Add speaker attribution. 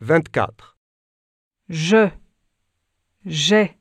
Speaker 1: 24.
Speaker 2: Je. J'ai.